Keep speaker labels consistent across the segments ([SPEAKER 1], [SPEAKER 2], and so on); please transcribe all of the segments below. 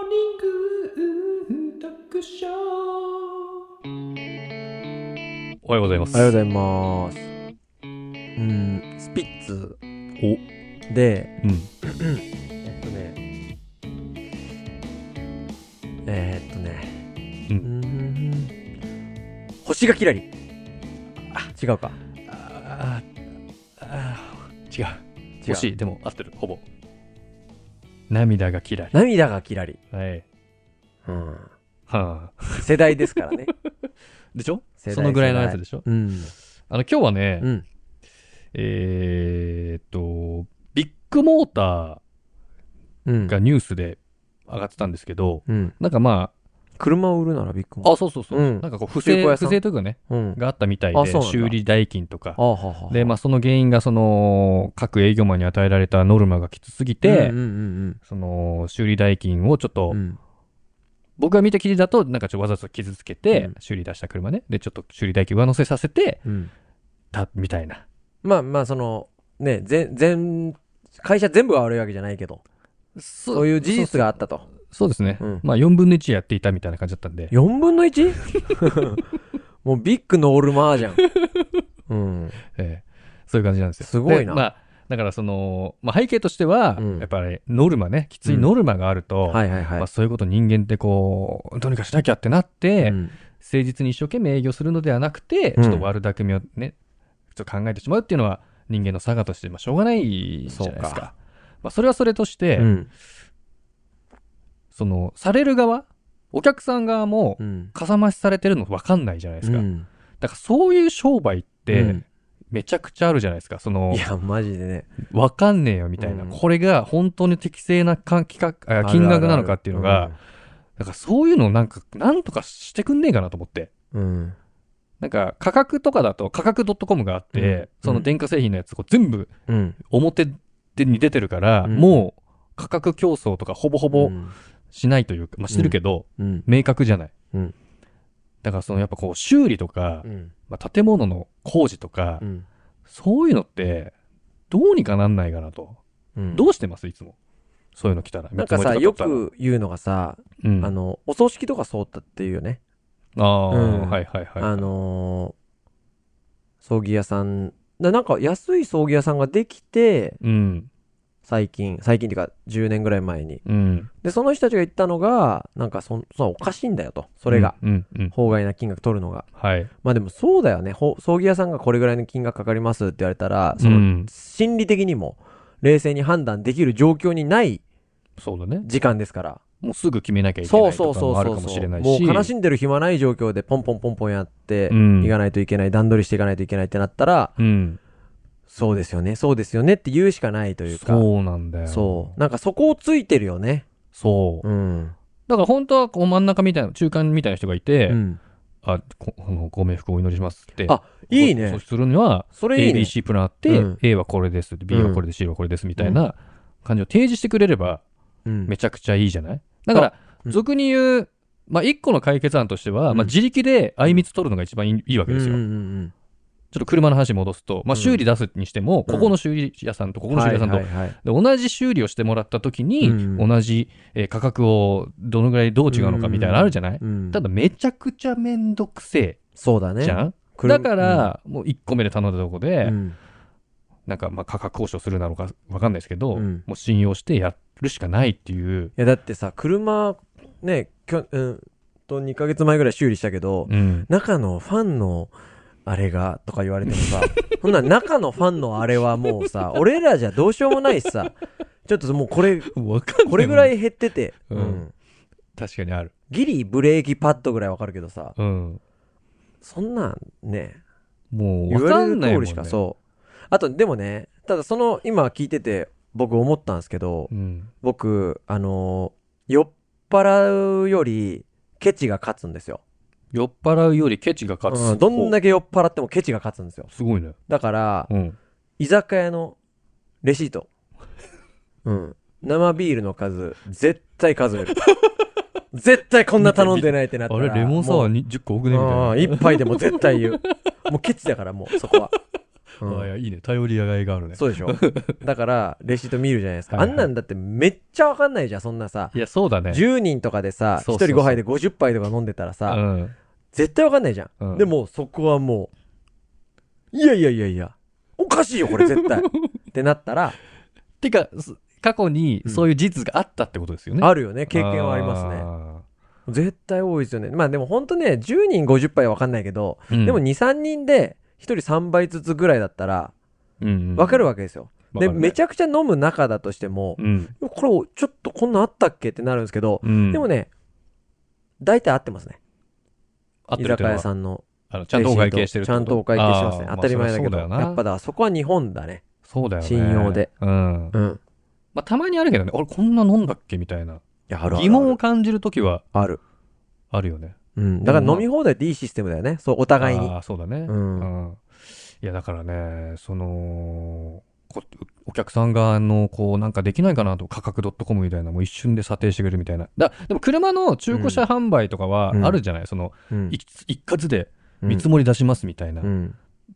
[SPEAKER 1] ニング読書
[SPEAKER 2] おはようございま
[SPEAKER 3] おはようご
[SPEAKER 2] す。
[SPEAKER 3] ざいます。うん、スピッツ
[SPEAKER 2] お、
[SPEAKER 3] で、
[SPEAKER 2] うん。
[SPEAKER 3] えっとね、えーっとね、
[SPEAKER 2] うん
[SPEAKER 3] ん、星がキラリ。あ、違うか。
[SPEAKER 2] ああ、違う。
[SPEAKER 3] 違
[SPEAKER 2] 惜
[SPEAKER 3] う
[SPEAKER 2] しい。でも合ってる。ほぼ。涙が嫌い。
[SPEAKER 3] 涙がキラリ。
[SPEAKER 2] はい。
[SPEAKER 3] うん、
[SPEAKER 2] はあ。
[SPEAKER 3] 世代ですからね。
[SPEAKER 2] でしょ
[SPEAKER 3] 世代
[SPEAKER 2] そのぐらいのやつでしょ
[SPEAKER 3] うん。
[SPEAKER 2] あの、今日はね、
[SPEAKER 3] うん。
[SPEAKER 2] えーっと、ビッグモータ
[SPEAKER 3] うん
[SPEAKER 2] ーが。ニュースで上がってたんですけど、
[SPEAKER 3] うん。
[SPEAKER 2] なんかま
[SPEAKER 3] 車を売るならビッグ
[SPEAKER 2] あ、
[SPEAKER 3] モー
[SPEAKER 2] あ、そうそうそう。
[SPEAKER 3] うん
[SPEAKER 2] なんかこう、不
[SPEAKER 3] 中古
[SPEAKER 2] 正、
[SPEAKER 3] 屋さ
[SPEAKER 2] 不
[SPEAKER 3] ん
[SPEAKER 2] 正というかね、
[SPEAKER 3] ター。うん。
[SPEAKER 2] があったみたい
[SPEAKER 3] あそうな
[SPEAKER 2] で、
[SPEAKER 3] んだ
[SPEAKER 2] 修理代金とか
[SPEAKER 3] あ。ははは
[SPEAKER 2] で、まあ、その原因が、その、各営業マンに与えられたノルマがきつすぎて、
[SPEAKER 3] うんうん
[SPEAKER 2] その、修理代金をちょっと、
[SPEAKER 3] うんうん。うん
[SPEAKER 2] 僕が見た記事だと、なんかちょっとわざと傷つけて、
[SPEAKER 3] うん
[SPEAKER 2] 修理出した車ね。で、ちょっと修理代金上乗せさせて、
[SPEAKER 3] うん。
[SPEAKER 2] た、みたいな。
[SPEAKER 3] まあまあそのね全全会社全部が悪いわけじゃないけど
[SPEAKER 2] そ
[SPEAKER 3] そういう事実があったと
[SPEAKER 2] そうですね。
[SPEAKER 3] うん
[SPEAKER 2] まあ、4分の1やっていたみたいな感じだったんで。
[SPEAKER 3] 4分の 1? もうビッグノールマ ーじゃん、うん、
[SPEAKER 2] ええそういう感じなんですよ。
[SPEAKER 3] すごいな
[SPEAKER 2] でまあ、だからその、まあ、背景としては、
[SPEAKER 3] うん
[SPEAKER 2] やっぱりノルマね、きついノルマがあると、
[SPEAKER 3] はいはいはい、
[SPEAKER 2] まあ、そういうこと人間ってこう、どうにかしなきゃってなって、
[SPEAKER 3] うん
[SPEAKER 2] 誠実に一生懸命営業するのではなくて、
[SPEAKER 3] うん
[SPEAKER 2] ちょっと悪巧みをね、ちょっと考えてしまうっていうのは、人間の差がとして、まあ、しょうがないじゃないで
[SPEAKER 3] そ
[SPEAKER 2] す
[SPEAKER 3] う
[SPEAKER 2] か
[SPEAKER 3] か。
[SPEAKER 2] まあ、それはそれとして、
[SPEAKER 3] うん
[SPEAKER 2] その、される側、お客さん側も
[SPEAKER 3] う、ん
[SPEAKER 2] かさ増しされてるの分かんないじゃないですか。
[SPEAKER 3] うん
[SPEAKER 2] だからそういう商売って、
[SPEAKER 3] うん
[SPEAKER 2] めちゃくちゃあるじゃないですか。その
[SPEAKER 3] い、やマジでね
[SPEAKER 2] 分かんねえよみたいな。
[SPEAKER 3] うん
[SPEAKER 2] これが本当に適正なか企画あ金額なのかっていうのが、だからそういうのをなんか、なんとかしてくんねえかなと思って。
[SPEAKER 3] うん、うん
[SPEAKER 2] なんか、価格とかだと、価格 .com があって、
[SPEAKER 3] うん
[SPEAKER 2] その電化製品のやつ、こう全部
[SPEAKER 3] うん
[SPEAKER 2] 表に出てるから、
[SPEAKER 3] うん
[SPEAKER 2] もう価格競争とかほぼほぼ
[SPEAKER 3] うん
[SPEAKER 2] しないというか、まあしてるけど、
[SPEAKER 3] うん
[SPEAKER 2] 明確じゃない。
[SPEAKER 3] うん
[SPEAKER 2] だからそのやっぱこう修理とか、
[SPEAKER 3] うん
[SPEAKER 2] まあ、建物の工事とか、
[SPEAKER 3] うん
[SPEAKER 2] そういうのって、どうにかなんないかなと。
[SPEAKER 3] うん
[SPEAKER 2] どうしてますいつも。そういうの来たら。
[SPEAKER 3] なんかさ
[SPEAKER 2] 見
[SPEAKER 3] よ
[SPEAKER 2] 積もりと
[SPEAKER 3] く言うのがさ、
[SPEAKER 2] かだったら、うん、
[SPEAKER 3] あ
[SPEAKER 2] あの、
[SPEAKER 3] のお葬式とかそうだっていうよね
[SPEAKER 2] あー、
[SPEAKER 3] うん
[SPEAKER 2] はいはいはい。
[SPEAKER 3] あのー葬儀屋さん、ななんか安い葬儀屋さんができて、
[SPEAKER 2] うん、
[SPEAKER 3] 最近、最近っていうか10年ぐらい前に。
[SPEAKER 2] うん。
[SPEAKER 3] で、その人たちが言ったのが、なんかそん、そんなおかしいんだよと。それが。
[SPEAKER 2] うん、うん、うん。
[SPEAKER 3] 法外な金額取るのが。
[SPEAKER 2] はい。
[SPEAKER 3] まあでもそうだよね。ほ葬儀屋さんがこれぐらいの金額かかりますって言われたら、その、
[SPEAKER 2] ん、
[SPEAKER 3] 心理的にも冷静に判断できる状況にない
[SPEAKER 2] そうだね。
[SPEAKER 3] 時間ですから。
[SPEAKER 2] もうすぐ決めなきゃいけ
[SPEAKER 3] そ
[SPEAKER 2] な
[SPEAKER 3] う
[SPEAKER 2] い
[SPEAKER 3] そ
[SPEAKER 2] と
[SPEAKER 3] う
[SPEAKER 2] か
[SPEAKER 3] そう
[SPEAKER 2] もある
[SPEAKER 3] そ
[SPEAKER 2] か
[SPEAKER 3] う
[SPEAKER 2] も
[SPEAKER 3] そ
[SPEAKER 2] し
[SPEAKER 3] う。
[SPEAKER 2] れないし。
[SPEAKER 3] もう悲しんでる暇ない状況でポンポンポンポンやって、
[SPEAKER 2] うん
[SPEAKER 3] いかないといけない、段取りしていかないといけないってなったら、
[SPEAKER 2] うん。
[SPEAKER 3] そうですよね、そうですよねって言うしかないというか。
[SPEAKER 2] そうなんだよ。
[SPEAKER 3] そう。なんかそこをついてるよね。
[SPEAKER 2] そう。
[SPEAKER 3] うん。
[SPEAKER 2] だから本当はこう真ん中みたいな、中間みたいな人がいて、
[SPEAKER 3] うん。
[SPEAKER 2] あ、こあのご冥福をお祈りしますって。
[SPEAKER 3] あ、いい
[SPEAKER 2] そう
[SPEAKER 3] ね。
[SPEAKER 2] するには、
[SPEAKER 3] それいいね。
[SPEAKER 2] ABC プランあって、
[SPEAKER 3] うん
[SPEAKER 2] A はこれです、B はこれで、C はこれですみたいな感じを提示してくれれば、
[SPEAKER 3] うん
[SPEAKER 2] めちゃくちゃいいじゃないだから、
[SPEAKER 3] うん
[SPEAKER 2] 俗に言う、まあ、一個の解決案としては、
[SPEAKER 3] うん
[SPEAKER 2] まあ、自力であいみつ取るのが一番いいいいわけですよ。
[SPEAKER 3] う
[SPEAKER 2] ち
[SPEAKER 3] ん
[SPEAKER 2] ょ
[SPEAKER 3] うんうん
[SPEAKER 2] っと車の話に戻すと、まあ、
[SPEAKER 3] うん
[SPEAKER 2] 修理出すにしても、ここの修理屋さんとここの修理屋さんと
[SPEAKER 3] はいはいはい
[SPEAKER 2] で同じ修理をしてもらった時に、
[SPEAKER 3] うん
[SPEAKER 2] 同じ、えー価格をどのぐらいどう違うのかみたいなのあるじゃない、
[SPEAKER 3] うん
[SPEAKER 2] ただめちゃくちゃめんどくせ
[SPEAKER 3] そうだ
[SPEAKER 2] え
[SPEAKER 3] ね。
[SPEAKER 2] じゃん、
[SPEAKER 3] 車
[SPEAKER 2] だから、もう1個目で頼んだとこで、
[SPEAKER 3] うん
[SPEAKER 2] なんかまあ価格交渉するなのかわかんないですけど、
[SPEAKER 3] うん
[SPEAKER 2] もう信用してやるしかないっていう、
[SPEAKER 3] いや、だってさ、車、ね、きょ、うん、と2ヶ月前ぐらい修理したけど、
[SPEAKER 2] うん
[SPEAKER 3] 中のファンの、あれが、とか言われてもさ、 そんな中のファンのあれはもうさ、俺らじゃどうしようもないしさ、ちょっともうこれ、
[SPEAKER 2] わかんない
[SPEAKER 3] これぐらい減ってて、
[SPEAKER 2] うん確かにある、
[SPEAKER 3] ギリブレーキパッドぐらいわかるけどさ、
[SPEAKER 2] うん、
[SPEAKER 3] そんなんね、
[SPEAKER 2] もう
[SPEAKER 3] 言
[SPEAKER 2] わ
[SPEAKER 3] わ
[SPEAKER 2] か
[SPEAKER 3] れ
[SPEAKER 2] ん
[SPEAKER 3] る
[SPEAKER 2] ない
[SPEAKER 3] 通
[SPEAKER 2] もん、
[SPEAKER 3] り
[SPEAKER 2] ね、
[SPEAKER 3] しかそう。あと、でもね、ただその、今聞いてて、僕思ったんですけど、
[SPEAKER 2] うん、
[SPEAKER 3] 僕、あのー酔っ払うより、ケチが勝つんですよ。
[SPEAKER 2] 酔っ払うよりケチが勝つ、
[SPEAKER 3] うんどんだけ酔っ払ってもケチが勝つんですよ。
[SPEAKER 2] すごいね、
[SPEAKER 3] だから、
[SPEAKER 2] うん、
[SPEAKER 3] 居酒屋のレシート。 うん。生ビールの数、絶対 数える。絶対こんな頼んでないってなった
[SPEAKER 2] あ
[SPEAKER 3] ら。
[SPEAKER 2] れレモンサワー
[SPEAKER 3] もう
[SPEAKER 2] に10個多くねみたいな
[SPEAKER 3] うん一杯でも絶対言う。もうケチだからもう、そこは。うん
[SPEAKER 2] あいやいいね。頼りやがいがあるね。
[SPEAKER 3] そう でしょだから、レシート見るじゃないですか。
[SPEAKER 2] はいはい
[SPEAKER 3] あんなんだってめっちゃわかんないじゃん、そんなさ。
[SPEAKER 2] いや、そうだね。
[SPEAKER 3] 10人とかでさ、
[SPEAKER 2] そう
[SPEAKER 3] 1
[SPEAKER 2] そうそう
[SPEAKER 3] 人5杯で50杯とか飲んでたら
[SPEAKER 2] う
[SPEAKER 3] さ、
[SPEAKER 2] ん。
[SPEAKER 3] 絶対わかんないじゃん。
[SPEAKER 2] うん
[SPEAKER 3] でも、そこはもう、いやいやいやいや、おかしいよ、これ絶 対。ってなったら、
[SPEAKER 2] てか、す過去にそういう事実があったってことですよね。
[SPEAKER 3] あるよね、経験はありますね。絶対多いですよね。まあでも本当ね、10人50杯はわかんないけど、
[SPEAKER 2] すね
[SPEAKER 3] でも2、3人で、1人3杯ずつぐらいだったら、わかるわけですよ。で、めち
[SPEAKER 2] ゃ、
[SPEAKER 3] ゃくちゃ飲む中だとしても、
[SPEAKER 2] うん。
[SPEAKER 3] これ、ちょっとこんなんあったっけってなるんですけど、
[SPEAKER 2] うん
[SPEAKER 3] でも、ね、大体合ってますね。
[SPEAKER 2] 合って
[SPEAKER 3] 居
[SPEAKER 2] るっていう
[SPEAKER 3] 酒
[SPEAKER 2] の
[SPEAKER 3] 屋
[SPEAKER 2] は
[SPEAKER 3] さんの。
[SPEAKER 2] あのちゃんとお会計してる
[SPEAKER 3] ちゃんとお会計してますね。当たり前だけど。
[SPEAKER 2] や
[SPEAKER 3] やっ
[SPEAKER 2] っ
[SPEAKER 3] ぱ
[SPEAKER 2] ぱ
[SPEAKER 3] だ、そこは日本だね。
[SPEAKER 2] そうだよね。
[SPEAKER 3] 信用で。
[SPEAKER 2] うん。
[SPEAKER 3] うん。
[SPEAKER 2] まあ、たまにあるけどね、あれ、こんな飲んだっけみたいな。
[SPEAKER 3] いや、あるある。
[SPEAKER 2] 疑問を感じるときは
[SPEAKER 3] ある。
[SPEAKER 2] あるよね。
[SPEAKER 3] うん。だから飲み放題っていいシステムだよね。そう、お互いに。
[SPEAKER 2] ああ、そうだね。
[SPEAKER 3] うん
[SPEAKER 2] うんいや、だからね、その、こお客さん側の、こう、なんかできないかなと、価格 .com みたいな、もう一瞬で査定してくれるみたいな。だでも、車の中古車販売とかは
[SPEAKER 3] うん
[SPEAKER 2] あるじゃない、その、
[SPEAKER 3] うん
[SPEAKER 2] い一括で
[SPEAKER 3] うん
[SPEAKER 2] 見積もり出しますみたいな。
[SPEAKER 3] うん。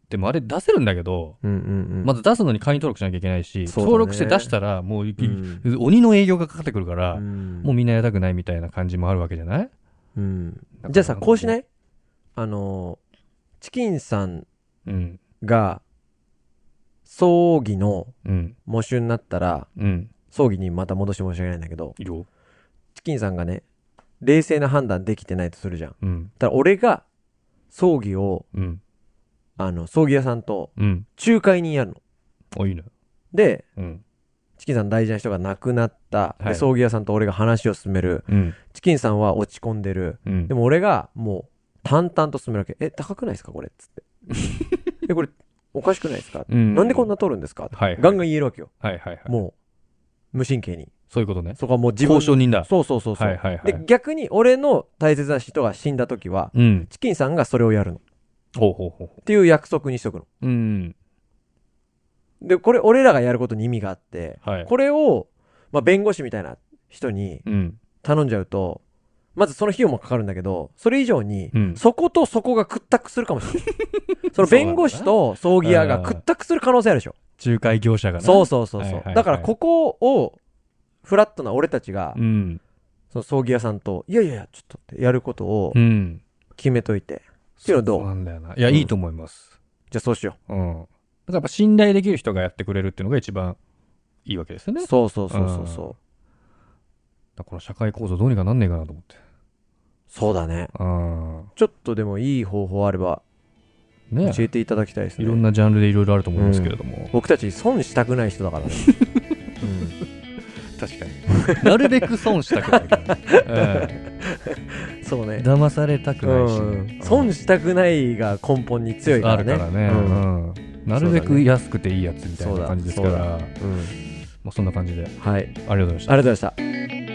[SPEAKER 2] でも、あれ出せるんだけど、
[SPEAKER 3] うんうんうん。
[SPEAKER 2] まず出すのに会員登録しなきゃいけないし、
[SPEAKER 3] そうだね
[SPEAKER 2] 登録して出したら、もう、い
[SPEAKER 3] うん
[SPEAKER 2] 鬼の営業がかかってくるから、
[SPEAKER 3] うん、
[SPEAKER 2] もうみんなやりたくないみたいな感じもあるわけじゃない、
[SPEAKER 3] うん。じゃあさ、こうしないいあのー、チキンさん
[SPEAKER 2] うん、
[SPEAKER 3] が、葬儀の
[SPEAKER 2] うん、
[SPEAKER 3] 喪主になったら、
[SPEAKER 2] うん。
[SPEAKER 3] 葬儀にまた戻して申し訳ないんだけど、
[SPEAKER 2] いいよ。
[SPEAKER 3] チキンさんがね、冷静な判断できてないとするじゃん。
[SPEAKER 2] うん、
[SPEAKER 3] だから俺が、葬儀を、
[SPEAKER 2] うん、
[SPEAKER 3] あの、葬儀屋さんと
[SPEAKER 2] うん。
[SPEAKER 3] 仲介人やるの。
[SPEAKER 2] あ、いいね。
[SPEAKER 3] で、
[SPEAKER 2] うん、
[SPEAKER 3] チキンさん大事な人が亡くなった。
[SPEAKER 2] は
[SPEAKER 3] で、
[SPEAKER 2] い
[SPEAKER 3] 葬儀屋さんと俺が話を進める。
[SPEAKER 2] うん、
[SPEAKER 3] チキンさんは落ち込んでる。
[SPEAKER 2] うん。
[SPEAKER 3] でも俺が、もう、淡々と進めるわけ。え、高くないですかこれ。つって。で、これ、おかしくないですか、
[SPEAKER 2] うん
[SPEAKER 3] なんでこんな取るんですか、
[SPEAKER 2] はいはい
[SPEAKER 3] ガンガン言えるわけよ。
[SPEAKER 2] はいはいはい。
[SPEAKER 3] もう、無神経に。
[SPEAKER 2] そういうことね。
[SPEAKER 3] そこはもう自分
[SPEAKER 2] 交渉人だ。
[SPEAKER 3] そうそうそうそう。
[SPEAKER 2] はいはいはい
[SPEAKER 3] で、逆に俺の大切な人が死んだ時は、
[SPEAKER 2] うん。
[SPEAKER 3] チキンさんがそれをやるの。
[SPEAKER 2] ほうほうほうほ
[SPEAKER 3] っていう約束にしとくの。
[SPEAKER 2] う。うん。
[SPEAKER 3] で、これ俺らがやることに意味があって、
[SPEAKER 2] はい。
[SPEAKER 3] これを、まあ、弁護士みたいな人に
[SPEAKER 2] うん。
[SPEAKER 3] 頼んじゃうと、まずその費用もかかるんだけど、それ以上に
[SPEAKER 2] う、ん
[SPEAKER 3] そことそこが屈託するかもし れない。その弁護士と葬儀屋が屈託する可能性あるでしょ。
[SPEAKER 2] 仲介業者がね
[SPEAKER 3] そうそうそう
[SPEAKER 2] はい
[SPEAKER 3] そ
[SPEAKER 2] は
[SPEAKER 3] う
[SPEAKER 2] いは。い
[SPEAKER 3] だからここを、フラットな俺たちが
[SPEAKER 2] う。、ん。
[SPEAKER 3] その葬儀屋さんと、いやいやいや、ちょっとってやることを
[SPEAKER 2] うん。
[SPEAKER 3] 決めといて。っていうのど
[SPEAKER 2] そう
[SPEAKER 3] う
[SPEAKER 2] なんだよな。いや、
[SPEAKER 3] うん
[SPEAKER 2] いいと思います。
[SPEAKER 3] じゃあそうしよ
[SPEAKER 2] うん。だからやっぱ信頼できる人がやってくれるっていうのが一番いいわけですよ
[SPEAKER 3] う。
[SPEAKER 2] ね。だか
[SPEAKER 3] そうそうそうそうそう。
[SPEAKER 2] らこの社会構造どうにかなんねえかなと思って。
[SPEAKER 3] そうだね。
[SPEAKER 2] うん。
[SPEAKER 3] ちょっとでもいい方法あれば
[SPEAKER 2] ね
[SPEAKER 3] 教えていただきたいです
[SPEAKER 2] い
[SPEAKER 3] ね。
[SPEAKER 2] ろんなジャンルでいろいろあると思うんですけれども。
[SPEAKER 3] 僕たち損したくない人だからね。うん
[SPEAKER 2] 確かに。なるべく損したくない からね。え
[SPEAKER 3] そう
[SPEAKER 2] え
[SPEAKER 3] ね。
[SPEAKER 2] 騙されたくないし。
[SPEAKER 3] うん損したくないが根本に強いからね。
[SPEAKER 2] あるからね、
[SPEAKER 3] うん
[SPEAKER 2] うんなるべく安くていいやつみたい
[SPEAKER 3] そう
[SPEAKER 2] な
[SPEAKER 3] だ
[SPEAKER 2] 感じですから
[SPEAKER 3] そうだうん
[SPEAKER 2] まあ、そんな感じであり
[SPEAKER 3] はい。ありがとう
[SPEAKER 2] がとうございました
[SPEAKER 3] ございました。